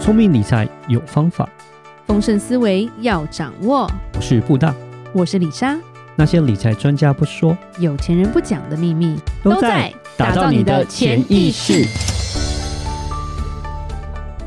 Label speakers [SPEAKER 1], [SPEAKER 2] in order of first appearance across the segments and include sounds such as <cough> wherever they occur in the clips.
[SPEAKER 1] 聪明理财有方法，
[SPEAKER 2] 丰盛思维要掌握。
[SPEAKER 1] 我是布大。
[SPEAKER 2] 我是李莎，
[SPEAKER 1] 那些理财专家不说，
[SPEAKER 2] 有钱人不讲的秘密
[SPEAKER 1] 打造你的潜意识。。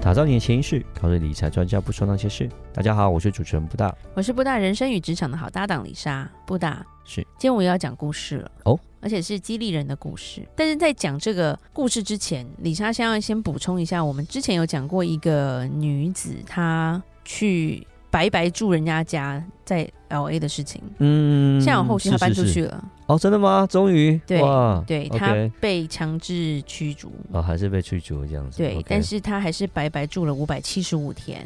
[SPEAKER 1] 打造你的潜意识，告诉理财专家不说那些事。大家好，我是主持人布大。
[SPEAKER 2] 我是布大人生与职场的好搭档李莎。布大
[SPEAKER 1] 是
[SPEAKER 2] 今天我又要讲故事了
[SPEAKER 1] 哦，
[SPEAKER 2] 而且是激励人的故事。但是在讲这个故事之前，李莎先要先补充一下，我们之前有讲过一个女子，她去白白住人家家在 L A 的事情。
[SPEAKER 1] 嗯
[SPEAKER 2] 现在我后续她搬出
[SPEAKER 1] 是是
[SPEAKER 2] 去
[SPEAKER 1] 是
[SPEAKER 2] 了，
[SPEAKER 1] 哦，真的吗？终于
[SPEAKER 2] 对
[SPEAKER 1] 哇
[SPEAKER 2] 对她
[SPEAKER 1] ，OK，
[SPEAKER 2] 被强制驱逐。
[SPEAKER 1] 哦，还是被驱逐这样子。
[SPEAKER 2] 对
[SPEAKER 1] OK
[SPEAKER 2] 但是她还是白白住了五百七十五天。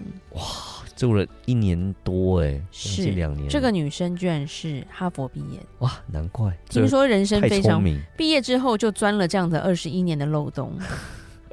[SPEAKER 1] 住了一年多哎，
[SPEAKER 2] 是
[SPEAKER 1] 将近两年。
[SPEAKER 2] 这个女生居然是哈佛毕业的，
[SPEAKER 1] 哇，难怪，
[SPEAKER 2] 听说人
[SPEAKER 1] 这
[SPEAKER 2] 生
[SPEAKER 1] 个太
[SPEAKER 2] 非
[SPEAKER 1] 聪
[SPEAKER 2] 常
[SPEAKER 1] 明，
[SPEAKER 2] 毕业之后就钻了这样的二十一年的漏
[SPEAKER 1] <laughs>
[SPEAKER 2] 洞。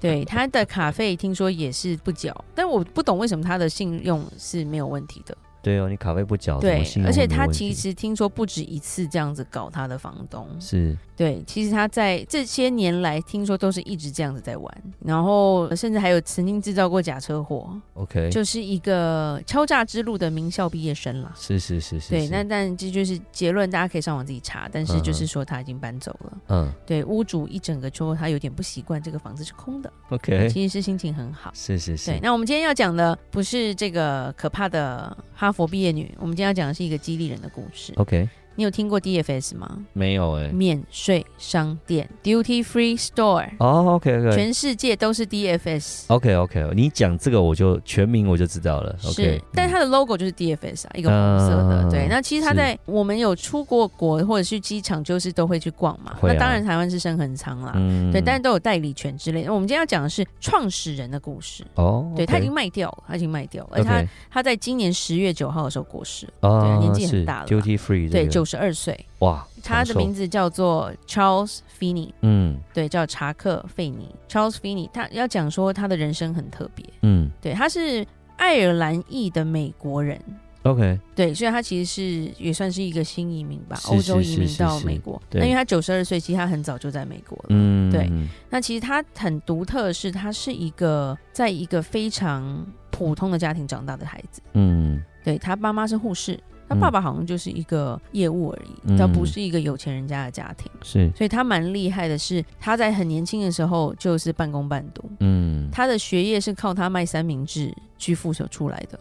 [SPEAKER 2] 对她的卡费听说也是不缴，但我不懂为什么她的信用是没有问题的。
[SPEAKER 1] 对哦，你卡位不缴，怎
[SPEAKER 2] 对
[SPEAKER 1] 么信，用
[SPEAKER 2] 而且
[SPEAKER 1] 没
[SPEAKER 2] 她
[SPEAKER 1] 问
[SPEAKER 2] 其
[SPEAKER 1] 题
[SPEAKER 2] 实听说不止一次这样子搞她的房东。
[SPEAKER 1] 是
[SPEAKER 2] 对，其实她在这些年来听说都是一直这样子在玩，然后甚至还有曾经制造过假车祸，
[SPEAKER 1] OK，
[SPEAKER 2] 就是一个敲诈之路的名校毕业生啦。
[SPEAKER 1] 是是是是，嗯
[SPEAKER 2] 对，
[SPEAKER 1] 是
[SPEAKER 2] 那但这就是结论，大家可以上网自己查。但是就是说他已经搬走了。
[SPEAKER 1] 嗯
[SPEAKER 2] 对，屋主一整个说他有点不习惯，这个房子是空的，
[SPEAKER 1] ，OK，
[SPEAKER 2] 其实是心情很好。
[SPEAKER 1] 是是
[SPEAKER 2] 对
[SPEAKER 1] 是，，
[SPEAKER 2] 那我们今天要讲的不是这个可怕的哈佛毕业女，我们今天要讲的是一个激励人的故事。
[SPEAKER 1] OK，
[SPEAKER 2] 你有听过 DFS 吗？
[SPEAKER 1] 没有哎、
[SPEAKER 2] 免税商店 （Duty Free Store），、
[SPEAKER 1] 哦，OK OK
[SPEAKER 2] 全世界都是 DFS。
[SPEAKER 1] OK OK，你讲这个我就全名我就知道了。OK，
[SPEAKER 2] 是，但
[SPEAKER 1] 嗯
[SPEAKER 2] 它的 logo 就是 DFS 啊，一个红色的。
[SPEAKER 1] 嗯
[SPEAKER 2] 对，那其实它
[SPEAKER 1] 是
[SPEAKER 2] 在我们有出过国或者去机场，就是都会去逛嘛。
[SPEAKER 1] 会啊
[SPEAKER 2] 那当然台湾是深恒仓啦，
[SPEAKER 1] 嗯
[SPEAKER 2] 对，但是都有代理权之类的。我们今天要讲的是创始人的故事。
[SPEAKER 1] 哦，
[SPEAKER 2] 对
[SPEAKER 1] OK，
[SPEAKER 2] 他已经卖掉了，他已经卖掉了，而
[SPEAKER 1] OK，
[SPEAKER 2] 且他他在今年十月九号的时候过世了，
[SPEAKER 1] 哦
[SPEAKER 2] 年纪很
[SPEAKER 1] 是
[SPEAKER 2] 大了
[SPEAKER 1] ，Duty Free
[SPEAKER 2] 对，
[SPEAKER 1] 这个
[SPEAKER 2] 九十二岁。
[SPEAKER 1] 哇，
[SPEAKER 2] 他的
[SPEAKER 1] 长寿
[SPEAKER 2] 名字叫做 Charles Finney，
[SPEAKER 1] 嗯
[SPEAKER 2] 对，叫查克费尼 Charles Finney。他要讲说他的人生很特别，
[SPEAKER 1] 嗯
[SPEAKER 2] 对，他是爱尔兰裔的美国人，
[SPEAKER 1] OK
[SPEAKER 2] 对，所以他其实是也算是一个新移民吧，
[SPEAKER 1] 是
[SPEAKER 2] 欧洲
[SPEAKER 1] 是
[SPEAKER 2] 移
[SPEAKER 1] 是
[SPEAKER 2] 民
[SPEAKER 1] 是
[SPEAKER 2] 到
[SPEAKER 1] 是
[SPEAKER 2] 美国。
[SPEAKER 1] 对
[SPEAKER 2] 那因为他九十二岁，其实他很早就在美国了。
[SPEAKER 1] 嗯
[SPEAKER 2] 对
[SPEAKER 1] 嗯
[SPEAKER 2] 那其实他很独特的是，他是一个在一个非常普通的家庭长大的孩子。
[SPEAKER 1] 嗯
[SPEAKER 2] 对他妈妈是护士，他
[SPEAKER 1] 嗯
[SPEAKER 2] 爸爸好像就是一个业务而已，
[SPEAKER 1] 嗯
[SPEAKER 2] 他不是一个有钱人家的家庭。
[SPEAKER 1] 是
[SPEAKER 2] 所以他蛮厉害的是，他在很年轻的时候就是半工半读，
[SPEAKER 1] 嗯
[SPEAKER 2] 他的学业是靠他卖三明治去副手出来的。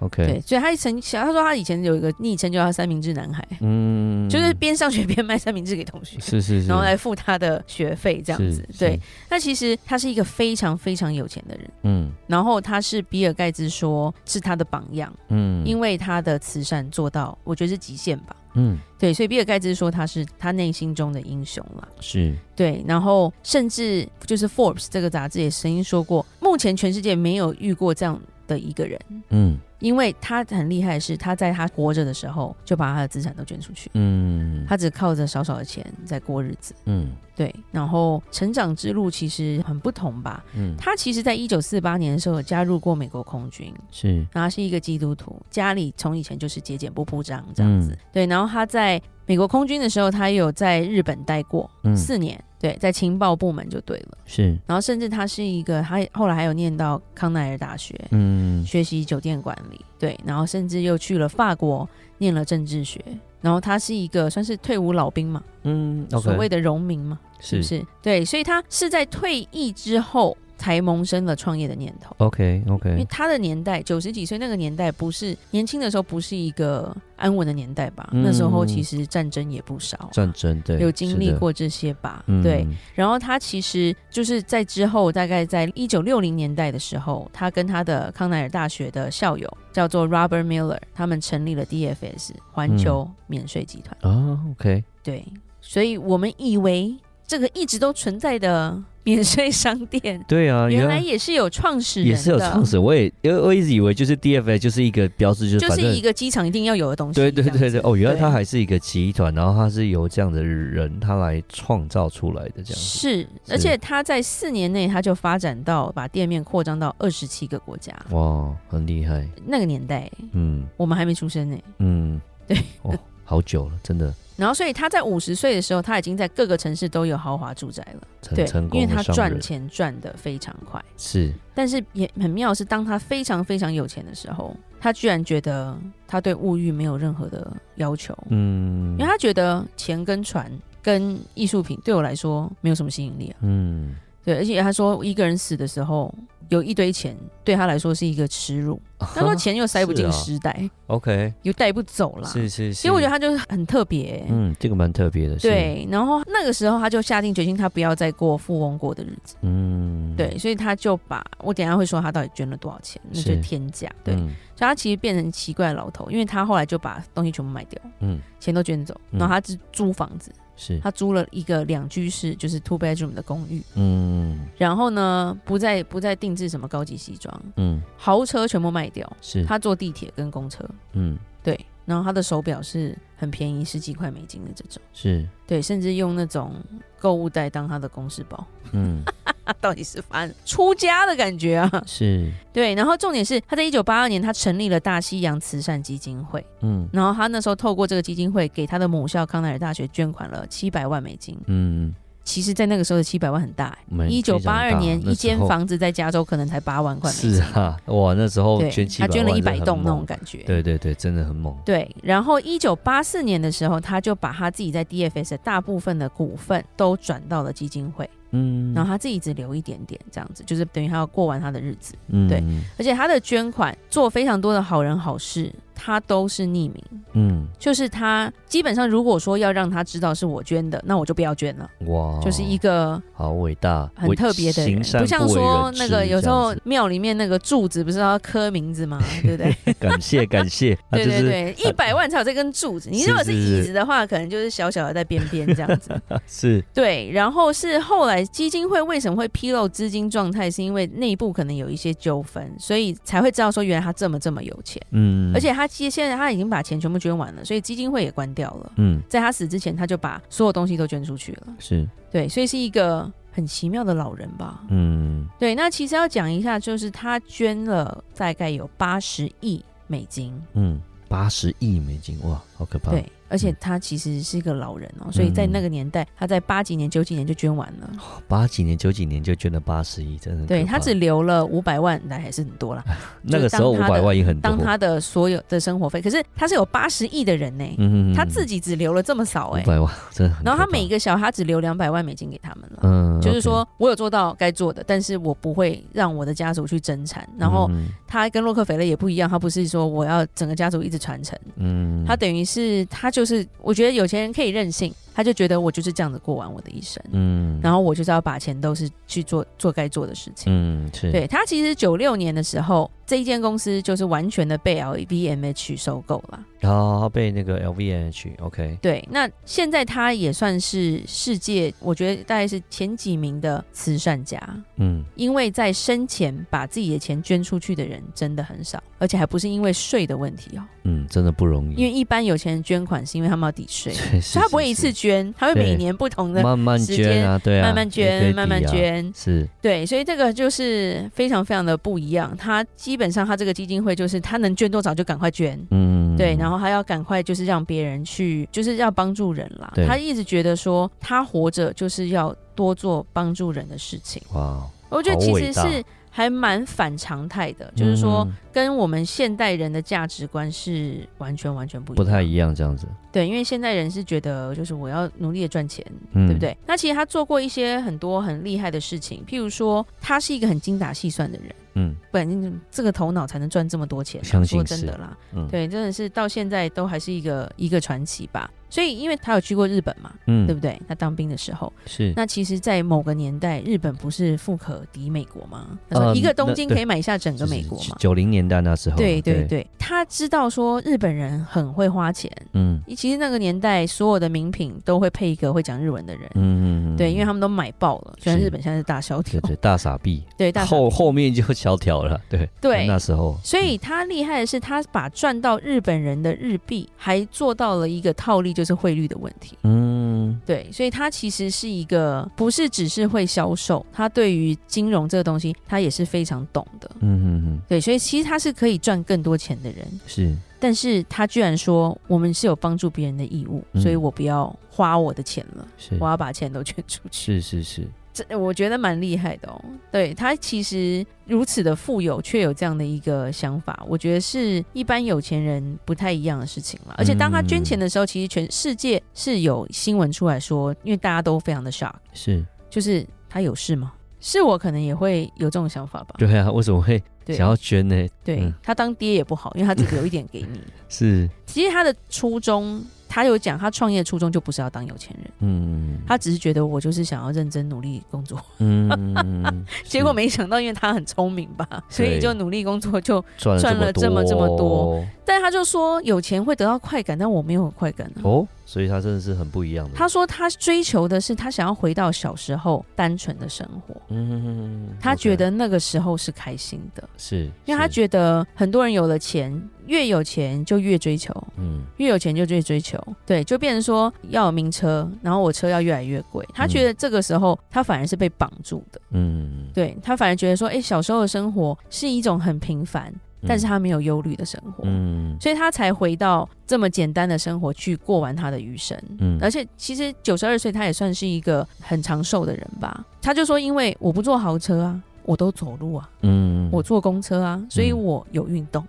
[SPEAKER 1] OK
[SPEAKER 2] 对，所以他曾他说他以前有一个昵称叫他三明治男孩。
[SPEAKER 1] 嗯
[SPEAKER 2] 就是边上学边卖三明治给同学，
[SPEAKER 1] 是是是，
[SPEAKER 2] 然后来付他的学费这样子。
[SPEAKER 1] 是
[SPEAKER 2] 对
[SPEAKER 1] 是，
[SPEAKER 2] 那其实他是一个非常非常有钱的人，
[SPEAKER 1] 嗯
[SPEAKER 2] 然后他是比尔盖茨说是他的榜样，
[SPEAKER 1] 嗯，
[SPEAKER 2] 因
[SPEAKER 1] 为
[SPEAKER 2] 为他的慈善做到我觉得是极限吧。
[SPEAKER 1] 嗯
[SPEAKER 2] 对，所以比尔盖茨说他是他内心中的英雄啦。
[SPEAKER 1] 是
[SPEAKER 2] 对，然后甚至就是 Forbes 这个杂志也曾经说过，目前全世界没有遇过这样的一个人，
[SPEAKER 1] 嗯
[SPEAKER 2] 因为他很厉害的是，他在他活着的时候就把他的资产都捐出去。
[SPEAKER 1] 嗯
[SPEAKER 2] 他只靠着少少的钱在过日子。
[SPEAKER 1] 嗯
[SPEAKER 2] 对，然后成长之路其实很不同吧。
[SPEAKER 1] 嗯
[SPEAKER 2] 他其实，在一九四八年的时候有加入过美国空军，
[SPEAKER 1] 是
[SPEAKER 2] 然后他是一个基督徒，家里从以前就是节俭不铺张这样子。
[SPEAKER 1] 嗯
[SPEAKER 2] 对，然后他在美国空军的时候，他也有在日本待过、
[SPEAKER 1] 嗯
[SPEAKER 2] 四年，对，在情报部门就对了。
[SPEAKER 1] 是
[SPEAKER 2] 然后甚至他是一个，他后来还有念到康奈尔大学，
[SPEAKER 1] 嗯
[SPEAKER 2] 学习酒店管理，对，然后甚至又去了法国念了政治学，然后他是一个算是退伍老兵嘛
[SPEAKER 1] 嗯
[SPEAKER 2] 所
[SPEAKER 1] OK
[SPEAKER 2] 谓的农民嘛，是不
[SPEAKER 1] 是
[SPEAKER 2] 是？对，所以他是在退役之后才萌生了创业的念头。
[SPEAKER 1] OK
[SPEAKER 2] 因为
[SPEAKER 1] OK
[SPEAKER 2] 他的年代，九十几岁那个年代，不是年轻的时候，不是一个安稳的年代吧？
[SPEAKER 1] 嗯
[SPEAKER 2] 那时候其实战争也不少，
[SPEAKER 1] 战争对
[SPEAKER 2] 有经历
[SPEAKER 1] 是的
[SPEAKER 2] 过这些吧？
[SPEAKER 1] 嗯
[SPEAKER 2] 对，然后他其实就是在之后，大概在一九六零年代的时候，他跟他的康奈尔大学的校友叫做 Robert Miller，他们成立了 DFS 环球免税集团。
[SPEAKER 1] 啊 OK
[SPEAKER 2] 对，所以我们以为这个一直都存在的 <laughs> 免税商店，
[SPEAKER 1] 对啊
[SPEAKER 2] 原来也是有创始人
[SPEAKER 1] 也
[SPEAKER 2] 的，
[SPEAKER 1] 是有创始人，我也因为我一直以为就是 DFA 就是一个标志，就是
[SPEAKER 2] 就
[SPEAKER 1] 反
[SPEAKER 2] 是
[SPEAKER 1] 正
[SPEAKER 2] 一个机场一定要有的东西。
[SPEAKER 1] 对对
[SPEAKER 2] 这样
[SPEAKER 1] 对
[SPEAKER 2] 子
[SPEAKER 1] 对，哦，原来
[SPEAKER 2] 对
[SPEAKER 1] 它还是一个集团，然后它是由这样的人他来创造出来的这样子，
[SPEAKER 2] 是，而且他在四年内他就发展到把店面扩张到二十七个国家。
[SPEAKER 1] 哇，很厉害，
[SPEAKER 2] 那个年代
[SPEAKER 1] 嗯
[SPEAKER 2] 我们还没出生呢、
[SPEAKER 1] 嗯，
[SPEAKER 2] 对，
[SPEAKER 1] 哦，好久了，真的，
[SPEAKER 2] 然后所以他在五十岁的时候，他已经在各个城市都有豪华住宅了，
[SPEAKER 1] 成
[SPEAKER 2] 对
[SPEAKER 1] 成，
[SPEAKER 2] 因为
[SPEAKER 1] 功
[SPEAKER 2] 他
[SPEAKER 1] 的商
[SPEAKER 2] 赚
[SPEAKER 1] 人
[SPEAKER 2] 钱赚的非常快。
[SPEAKER 1] 是
[SPEAKER 2] 但是也很妙的是，当他非常非常有钱的时候，他居然觉得他对物欲没有任何的要求，
[SPEAKER 1] 嗯
[SPEAKER 2] 因为他觉得钱跟船跟艺术品对我来说没有什么吸引力啊。
[SPEAKER 1] 嗯
[SPEAKER 2] 对，而且他说一个人死的时候有一堆钱，对他来说是一个耻辱。他说钱又塞不
[SPEAKER 1] 是
[SPEAKER 2] 进
[SPEAKER 1] 啊
[SPEAKER 2] 尸袋，
[SPEAKER 1] <laughs> OK
[SPEAKER 2] 又带不走啦。
[SPEAKER 1] 是是是，
[SPEAKER 2] 所以我觉得他就是很特别欸、
[SPEAKER 1] 嗯这个蛮特别的，是，
[SPEAKER 2] 对，然后那个时候他就下定决心，他不要再过富翁过的日子。
[SPEAKER 1] 嗯
[SPEAKER 2] 对，所以他就把我等一下会说他到底捐了多少钱，那就是
[SPEAKER 1] 是
[SPEAKER 2] 天价。对，
[SPEAKER 1] 嗯
[SPEAKER 2] 所以他其实变成奇怪的老头，因为他后来就把东西全部卖掉，
[SPEAKER 1] 嗯
[SPEAKER 2] 钱都捐走，
[SPEAKER 1] 嗯
[SPEAKER 2] 然后他只租房子，
[SPEAKER 1] 是
[SPEAKER 2] 他租了一个两居室，就是 two bedroom 的公寓，
[SPEAKER 1] 嗯
[SPEAKER 2] 然后呢，不再不再定制什么高级西装，
[SPEAKER 1] 嗯
[SPEAKER 2] 豪车全部卖掉，
[SPEAKER 1] 是
[SPEAKER 2] 他坐地铁跟公车，
[SPEAKER 1] 嗯
[SPEAKER 2] 对，然后他的手表是很便宜，十几块美金的这种，
[SPEAKER 1] 是
[SPEAKER 2] 对，甚至用那种购物袋当他的公事包，
[SPEAKER 1] 嗯
[SPEAKER 2] 他到底是反出家的感觉啊， <laughs>
[SPEAKER 1] 是
[SPEAKER 2] 对，然后重点是他在一九八二年他成立了大西洋慈善基金会。
[SPEAKER 1] 嗯
[SPEAKER 2] 然后他那时候透过这个基金会给他的母校康奈尔大学捐款了七百万美金。
[SPEAKER 1] 嗯
[SPEAKER 2] 其实，在那个时候的七百万很大、欸
[SPEAKER 1] 蛮
[SPEAKER 2] 一九
[SPEAKER 1] 嗯
[SPEAKER 2] 八
[SPEAKER 1] 非
[SPEAKER 2] 二
[SPEAKER 1] 常大
[SPEAKER 2] 年
[SPEAKER 1] 那
[SPEAKER 2] 一间
[SPEAKER 1] 时候
[SPEAKER 2] 房子在加州可能才八万块美
[SPEAKER 1] <laughs>
[SPEAKER 2] 金，
[SPEAKER 1] 是啊哇那时候
[SPEAKER 2] 对，
[SPEAKER 1] 捐七
[SPEAKER 2] 他
[SPEAKER 1] 百
[SPEAKER 2] 捐了一百栋那种
[SPEAKER 1] 感
[SPEAKER 2] 感觉。
[SPEAKER 1] 对对对真的很猛
[SPEAKER 2] 对然后一九八四年的时候，他就把他自己在 DFS 的大部分的股份都转到了基金会，
[SPEAKER 1] 嗯
[SPEAKER 2] 然后他自己只留一点点，这样子就是等于他要过完他的日子。对
[SPEAKER 1] 对
[SPEAKER 2] 而且他的捐款做非常多的好人好事，他都是匿名。
[SPEAKER 1] 嗯
[SPEAKER 2] 就是他基本上如果说要让他知道是我捐的，那我就不要捐了，
[SPEAKER 1] 哇
[SPEAKER 2] 就是一个
[SPEAKER 1] 好伟大
[SPEAKER 2] 很
[SPEAKER 1] 为
[SPEAKER 2] 特别的人，
[SPEAKER 1] 哦行善
[SPEAKER 2] 不像
[SPEAKER 1] 为
[SPEAKER 2] 说
[SPEAKER 1] 人
[SPEAKER 2] 那
[SPEAKER 1] 知
[SPEAKER 2] 个有
[SPEAKER 1] 这
[SPEAKER 2] 时
[SPEAKER 1] 样
[SPEAKER 2] 候
[SPEAKER 1] 子
[SPEAKER 2] 庙里面那个柱子不是要刻
[SPEAKER 1] <laughs>
[SPEAKER 2] 名字吗？对不对？
[SPEAKER 1] 感谢感
[SPEAKER 2] <laughs>
[SPEAKER 1] 谢他
[SPEAKER 2] 对
[SPEAKER 1] 啊就
[SPEAKER 2] 对
[SPEAKER 1] 是 <laughs>
[SPEAKER 2] 对，一百万才有这根柱子，你
[SPEAKER 1] 是
[SPEAKER 2] 如果是
[SPEAKER 1] 是
[SPEAKER 2] 椅
[SPEAKER 1] 是
[SPEAKER 2] 子的话，可能就是小小的在边边这样
[SPEAKER 1] <laughs>
[SPEAKER 2] 子。
[SPEAKER 1] 是
[SPEAKER 2] 对，然后是后来基金会为什么会披露资金状态，是因为内部可能有一些纠纷，所以才会知道说原来他这么这么有钱，
[SPEAKER 1] 嗯
[SPEAKER 2] 而且他其实现在他已经把钱全部捐完了，所以基金会也关掉了。
[SPEAKER 1] 嗯
[SPEAKER 2] 在他死之前，他就把所有东西都捐出去了。
[SPEAKER 1] 是
[SPEAKER 2] 对，所以是一个很奇妙的老人吧。
[SPEAKER 1] 嗯
[SPEAKER 2] 对，那其实要讲一下，就是他捐了大概有八十亿美金。
[SPEAKER 1] 嗯八十亿美金哇好可怕
[SPEAKER 2] 对，而
[SPEAKER 1] 嗯
[SPEAKER 2] 且他其实是一个老人哦、所以在那个年代，他在八几年、九几年就捐完了。
[SPEAKER 1] 八几年九几年就捐了八十亿真的很
[SPEAKER 2] 对
[SPEAKER 1] 可
[SPEAKER 2] 他
[SPEAKER 1] 怕嗯
[SPEAKER 2] 只留了五百万，那还是很多啦，
[SPEAKER 1] 那
[SPEAKER 2] 就
[SPEAKER 1] 个时候五
[SPEAKER 2] 当他的
[SPEAKER 1] 百万也很多
[SPEAKER 2] 当他的所有的生活费。可是他是有八十亿的人呢、
[SPEAKER 1] 嗯
[SPEAKER 2] 他自己只留了这么少哎、
[SPEAKER 1] 五百万真的很
[SPEAKER 2] 然后他
[SPEAKER 1] 可怕
[SPEAKER 2] 每一个小孩他只留两百万美金给他们了。
[SPEAKER 1] 嗯
[SPEAKER 2] 就是
[SPEAKER 1] OK
[SPEAKER 2] 说我有做到该做的，但是我不会让我的家族去争产。然后
[SPEAKER 1] 嗯
[SPEAKER 2] 他跟洛克菲勒也不一样，他不是说我要整个家族一直传承，
[SPEAKER 1] 嗯
[SPEAKER 2] 他等于是他就是，我觉得有钱人可以任性，他就觉得我就是这样子过完我的一生，
[SPEAKER 1] 嗯
[SPEAKER 2] 然
[SPEAKER 1] 后
[SPEAKER 2] 后我就是要把钱都是去做做该做的事情。
[SPEAKER 1] 嗯是
[SPEAKER 2] 对他其实九六年的时候，这一间公司就是完全的被 E LVMH 收购了。
[SPEAKER 1] 然后他被那个 LVNH OK
[SPEAKER 2] 对，那现在他也算是世界，我觉得大概是前几名的慈善家。
[SPEAKER 1] 嗯
[SPEAKER 2] 因为在生前把自己的钱捐出去的人真的很少，而且还不是因为税的问题哦，
[SPEAKER 1] 嗯真的不容易，
[SPEAKER 2] 因为一般有钱人捐款是因为他们要抵税，
[SPEAKER 1] 对是
[SPEAKER 2] 所以他
[SPEAKER 1] 是
[SPEAKER 2] 不会一
[SPEAKER 1] 是
[SPEAKER 2] 次捐，他会每
[SPEAKER 1] 对
[SPEAKER 2] 年不同的
[SPEAKER 1] 慢慢
[SPEAKER 2] 时间
[SPEAKER 1] 捐啊对啊
[SPEAKER 2] 慢慢
[SPEAKER 1] 也可以
[SPEAKER 2] 捐，
[SPEAKER 1] 抵
[SPEAKER 2] 慢慢
[SPEAKER 1] 啊
[SPEAKER 2] 捐，
[SPEAKER 1] 是
[SPEAKER 2] 对，所以这个就是非常非常的不一样。他基本上他这个基金会就是他能捐多少就赶快捐。
[SPEAKER 1] 嗯
[SPEAKER 2] 对，然
[SPEAKER 1] 后
[SPEAKER 2] 后他要赶快，就是让别人去，就是要帮助人啦。
[SPEAKER 1] 对
[SPEAKER 2] 他一直觉得说，他活着就是要多做帮助人的事情。
[SPEAKER 1] 哇哦
[SPEAKER 2] 我觉得其
[SPEAKER 1] 好
[SPEAKER 2] 实
[SPEAKER 1] 伟大
[SPEAKER 2] 是还蛮反常态的，就是说
[SPEAKER 1] 嗯
[SPEAKER 2] 跟我们现代人的价值观是完全完全不一
[SPEAKER 1] 不
[SPEAKER 2] 样。
[SPEAKER 1] 太一样这样子
[SPEAKER 2] 对，因为现代人是觉得就是我要努力的赚钱，
[SPEAKER 1] 嗯
[SPEAKER 2] 对不对？那其实他做过一些很多很厉害的事情，譬如说他是一个很精打细算的人，
[SPEAKER 1] 嗯
[SPEAKER 2] 不然你这个头脑才能赚这么多钱啊、
[SPEAKER 1] 相信
[SPEAKER 2] 说真的
[SPEAKER 1] 是
[SPEAKER 2] 啦，
[SPEAKER 1] 嗯
[SPEAKER 2] 对，真的是到现在都还是一个一个传奇吧。所以，因为他有去过日本嘛，
[SPEAKER 1] 嗯
[SPEAKER 2] 对不对？他当兵的时候，
[SPEAKER 1] 是
[SPEAKER 2] 那其实，在某个年代，日本不是富可敌美国吗？他说
[SPEAKER 1] 嗯
[SPEAKER 2] 一个
[SPEAKER 1] 那
[SPEAKER 2] 东京
[SPEAKER 1] 对
[SPEAKER 2] 可以买下整个美国嘛。
[SPEAKER 1] 九零年代那时候
[SPEAKER 2] 对对对，他知道说日本人很会花钱，
[SPEAKER 1] 嗯
[SPEAKER 2] 其实那个年代所有的名品都会配一个会讲日文的人，
[SPEAKER 1] 嗯嗯
[SPEAKER 2] 对，因为
[SPEAKER 1] 为
[SPEAKER 2] 他们都买爆了。虽然
[SPEAKER 1] 是
[SPEAKER 2] 日本现在是大萧条
[SPEAKER 1] 对，对大傻逼
[SPEAKER 2] 对 <laughs> 大萧
[SPEAKER 1] 后后面就萧条了对
[SPEAKER 2] 对
[SPEAKER 1] 那时候
[SPEAKER 2] 所以他厉害的是，他把赚到日本人的日币，还做到了一个套利，就是汇率的问题。
[SPEAKER 1] 嗯哼，
[SPEAKER 2] 对，所以他其实是一个不是只是会销售，他对于金融这个东西，他也是非常懂的。
[SPEAKER 1] 嗯哼哼，
[SPEAKER 2] 对，所以其实他是可以赚更多钱的人，
[SPEAKER 1] 是，
[SPEAKER 2] 但是他居然说我们是有帮助别人的义务，
[SPEAKER 1] 嗯
[SPEAKER 2] 所以我不要花我的钱了，
[SPEAKER 1] 是
[SPEAKER 2] 我，要把钱都捐出去。 <laughs>
[SPEAKER 1] 是是是，
[SPEAKER 2] 这我觉得蛮厉害的哦。对他其实如此的富有，却有这样的一个想法，我觉得是一般有钱人不太一样的事情了。而且当他捐钱的时候，其实全世界是有新闻出来说，因为大家都非常的 shock，
[SPEAKER 1] 是，
[SPEAKER 2] 就是他有事吗？是我可能也会有这种想法吧。
[SPEAKER 1] 对啊，为什么会
[SPEAKER 2] 对
[SPEAKER 1] 想要捐呢？
[SPEAKER 2] 对、
[SPEAKER 1] 嗯
[SPEAKER 2] 他当爹也不好，因为他只留一点给
[SPEAKER 1] <laughs>
[SPEAKER 2] 你。
[SPEAKER 1] 是，
[SPEAKER 2] 其实他的初衷，他有讲，他创业初衷就不是要当有钱人，
[SPEAKER 1] 嗯，
[SPEAKER 2] 他只是觉得我就是想要认真努力工作。 <laughs>
[SPEAKER 1] 嗯，
[SPEAKER 2] 结果没想到，因为他很聪明吧，所以
[SPEAKER 1] 对
[SPEAKER 2] 就努力工作就。
[SPEAKER 1] 是赚
[SPEAKER 2] 赚了这么这么
[SPEAKER 1] 多
[SPEAKER 2] 但他就说有钱会得到快感，但我没有快感、啊。
[SPEAKER 1] 哦，所以他真的是很不一样的。
[SPEAKER 2] 他，说他追求的是他想要回到小时候单纯的生活，
[SPEAKER 1] 嗯，
[SPEAKER 2] 他
[SPEAKER 1] OK
[SPEAKER 2] 觉得那个时候是开心的，
[SPEAKER 1] 是，
[SPEAKER 2] 因为他
[SPEAKER 1] 是，
[SPEAKER 2] 觉得很多人有了钱，越有钱就越追求，
[SPEAKER 1] 嗯，
[SPEAKER 2] 越有钱就越追求，对，就变成说要有名车，然后我车要越来越贵。他觉得这个时候他反而是被绑住的，
[SPEAKER 1] 嗯，
[SPEAKER 2] 对他反而觉得说，哎、小时候的生活是一种很平凡，但是他没有忧虑的生活，
[SPEAKER 1] 嗯，
[SPEAKER 2] 所以他才回到这么简单的生活去过完他的余生。
[SPEAKER 1] 嗯
[SPEAKER 2] 而且其实九十二岁他也算是一个很长寿的人吧。他就说，因为我不坐豪车啊，我都走路啊，
[SPEAKER 1] 嗯，
[SPEAKER 2] 我坐公车啊，所以我有运动。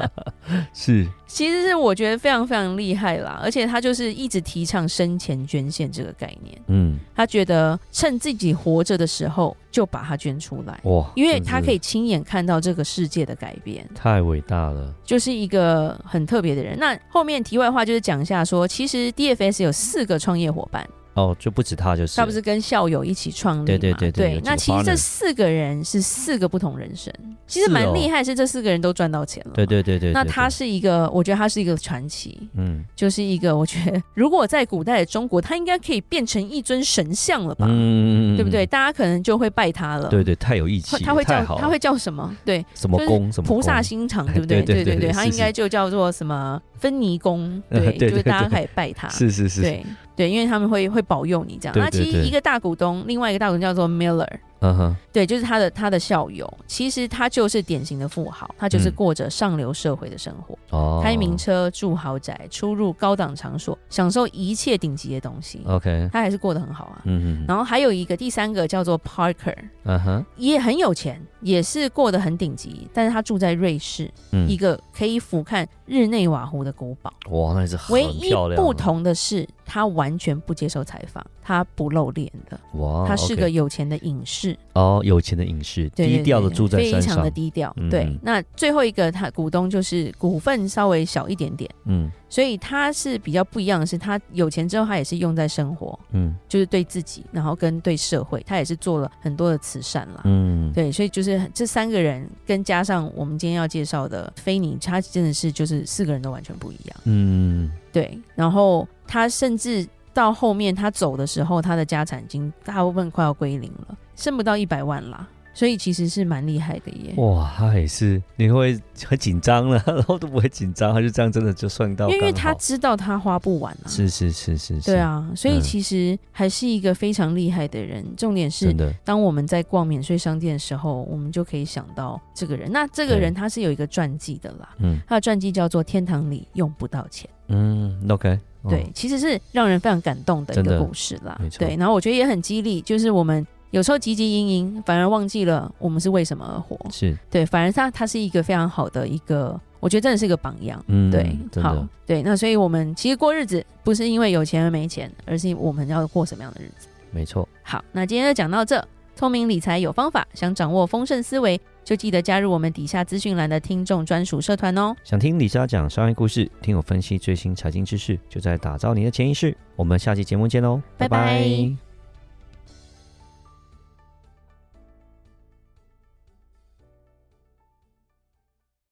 [SPEAKER 1] <laughs> 是，
[SPEAKER 2] 其实是我觉得非常非常厉害啦，而且他就是一直提倡生前捐献这个概念，
[SPEAKER 1] 嗯，
[SPEAKER 2] 他觉得趁自己活着的时候就把它捐出来，
[SPEAKER 1] 哇，
[SPEAKER 2] 因为
[SPEAKER 1] 真的
[SPEAKER 2] 他
[SPEAKER 1] 是
[SPEAKER 2] 可以亲眼看到这个世界的改变。
[SPEAKER 1] 太伟大了，
[SPEAKER 2] 就是一个很特别的人。那后面题外话就是讲一下说，其实 DFS 有四个创业伙伴，
[SPEAKER 1] 哦，就不止他就是，
[SPEAKER 2] 他不是跟校友一起创立嘛？
[SPEAKER 1] 对对对对有几个
[SPEAKER 2] 那其实这
[SPEAKER 1] partner
[SPEAKER 2] 四个人是四个不同人生，其实
[SPEAKER 1] 是
[SPEAKER 2] 蛮
[SPEAKER 1] 哦
[SPEAKER 2] 厉害，是这四个人都赚到钱了。
[SPEAKER 1] 对，对对对，
[SPEAKER 2] 那
[SPEAKER 1] 对
[SPEAKER 2] 他
[SPEAKER 1] 对
[SPEAKER 2] 是一个，我觉得他是一个传奇，
[SPEAKER 1] 嗯
[SPEAKER 2] 就是一个我觉得如果在古代的中国，他应该可以变成一尊神像了吧？
[SPEAKER 1] 嗯，
[SPEAKER 2] 对不对？
[SPEAKER 1] 嗯？
[SPEAKER 2] 大家可能就会拜他了。
[SPEAKER 1] 嗯对对，太有义气
[SPEAKER 2] 会
[SPEAKER 1] 了，
[SPEAKER 2] 他会
[SPEAKER 1] 太
[SPEAKER 2] 叫
[SPEAKER 1] 好了
[SPEAKER 2] 他会叫什么？对，
[SPEAKER 1] 什么
[SPEAKER 2] 就是
[SPEAKER 1] 功什么
[SPEAKER 2] 菩萨
[SPEAKER 1] 功 <laughs>
[SPEAKER 2] 心肠，
[SPEAKER 1] 哎
[SPEAKER 2] 对不对？
[SPEAKER 1] 对对
[SPEAKER 2] 对
[SPEAKER 1] 对
[SPEAKER 2] 它
[SPEAKER 1] 是
[SPEAKER 2] 应该就叫做什么芬
[SPEAKER 1] <laughs>
[SPEAKER 2] 尼公，
[SPEAKER 1] 呃
[SPEAKER 2] 对，
[SPEAKER 1] 对
[SPEAKER 2] 就是
[SPEAKER 1] 对
[SPEAKER 2] 大家
[SPEAKER 1] 对
[SPEAKER 2] 可以拜它。
[SPEAKER 1] 是是是，是
[SPEAKER 2] 对对，因为他们会会保佑你这样。
[SPEAKER 1] 对
[SPEAKER 2] 那
[SPEAKER 1] 对
[SPEAKER 2] 其实
[SPEAKER 1] 对
[SPEAKER 2] 一个大股东，另外一个大股东叫做 Miller，
[SPEAKER 1] 嗯哼，
[SPEAKER 2] 对，就是他的他的校友。其实他就是典型的富豪，他就是
[SPEAKER 1] 嗯
[SPEAKER 2] 过着上流社会的生活，
[SPEAKER 1] 哦，
[SPEAKER 2] 开名车、住豪宅、出入高档场所，享受一切顶级的东西，
[SPEAKER 1] ，OK，
[SPEAKER 2] 他还是过得很好啊。
[SPEAKER 1] 哦嗯哼，
[SPEAKER 2] 然后还有一个第三个叫做 Parker，
[SPEAKER 1] 嗯哼，
[SPEAKER 2] 也很有钱，也是过得很顶级，但是他住在瑞士，
[SPEAKER 1] 嗯
[SPEAKER 2] 一个可以俯瞰日内瓦湖的古堡。
[SPEAKER 1] 哇，那也是
[SPEAKER 2] 唯
[SPEAKER 1] 很
[SPEAKER 2] 一
[SPEAKER 1] 漂亮
[SPEAKER 2] 不
[SPEAKER 1] 啊，
[SPEAKER 2] 同的是，他完全不接受采访，他不露脸的，
[SPEAKER 1] 哇，
[SPEAKER 2] 他是
[SPEAKER 1] 哦 OK
[SPEAKER 2] 个有钱的隐士，
[SPEAKER 1] 哦有钱的隐士，
[SPEAKER 2] 对对
[SPEAKER 1] 低调的
[SPEAKER 2] 对
[SPEAKER 1] 住在山
[SPEAKER 2] 非常
[SPEAKER 1] 上
[SPEAKER 2] 的，低调。
[SPEAKER 1] 嗯
[SPEAKER 2] 对
[SPEAKER 1] 嗯，
[SPEAKER 2] 那最后一个他股东就是股份稍微小一点点，
[SPEAKER 1] 嗯
[SPEAKER 2] 所以他是比较不一样的是，他有钱之后，他也是用在生活，
[SPEAKER 1] 嗯
[SPEAKER 2] 就是对自己，然后跟对社会，他也是做了很多的慈善啦。
[SPEAKER 1] 嗯，
[SPEAKER 2] 对，所以就是这三个人，跟加上我们今天要介绍的菲尼，他真的是就是四个人都完全不一样。
[SPEAKER 1] 嗯，
[SPEAKER 2] 对，然后他甚至到后面他走的时候，他的家产已经大部分快要归零了，剩不到一百万啦，所以其实是蛮厉害的耶。
[SPEAKER 1] 哇，他也是，你会很紧张了， <laughs> 然后都不会紧张，他就这样真的就算到
[SPEAKER 2] 因
[SPEAKER 1] 刚好，
[SPEAKER 2] 为因为他知道他花不完啊，
[SPEAKER 1] 是是是是，是
[SPEAKER 2] 对，啊，所以
[SPEAKER 1] 嗯
[SPEAKER 2] 其实还是一个非常厉害的人。重点是
[SPEAKER 1] 真，的，
[SPEAKER 2] 当我们在逛免税商店的时候，我们就可以想到这个人。那这个
[SPEAKER 1] 对
[SPEAKER 2] 人他是有一个传记的啦，
[SPEAKER 1] 嗯
[SPEAKER 2] 他的传记叫做《天堂里用不到钱》。
[SPEAKER 1] 嗯，OK，哦
[SPEAKER 2] 对，，其实是让人非常感动的一
[SPEAKER 1] 真
[SPEAKER 2] 个
[SPEAKER 1] 的
[SPEAKER 2] 故事啦
[SPEAKER 1] 没。错
[SPEAKER 2] 对，然后我觉得也很激励，就是我们有时候汲汲营营，反而忘记了我们是为什么而活。
[SPEAKER 1] 是，
[SPEAKER 2] 对，反而他他是一个非常好的一个，我觉得真的是一个榜样。
[SPEAKER 1] 嗯，
[SPEAKER 2] 对，
[SPEAKER 1] 真
[SPEAKER 2] 好
[SPEAKER 1] 的，，
[SPEAKER 2] 对，那所以我们其实过日子不是因为有钱而没钱，而是我们要过什么样的日子。
[SPEAKER 1] 没错，
[SPEAKER 2] 好，那今天就讲到这。聪明理财有方法，想掌握丰盛思维，就记得加入我们底下资讯栏的听众专属社团哦。
[SPEAKER 1] 想听李莎讲商业故事，听我分析最新财经知识，就在打造你的潜意识。我们下期节目见喽，哦
[SPEAKER 2] 拜拜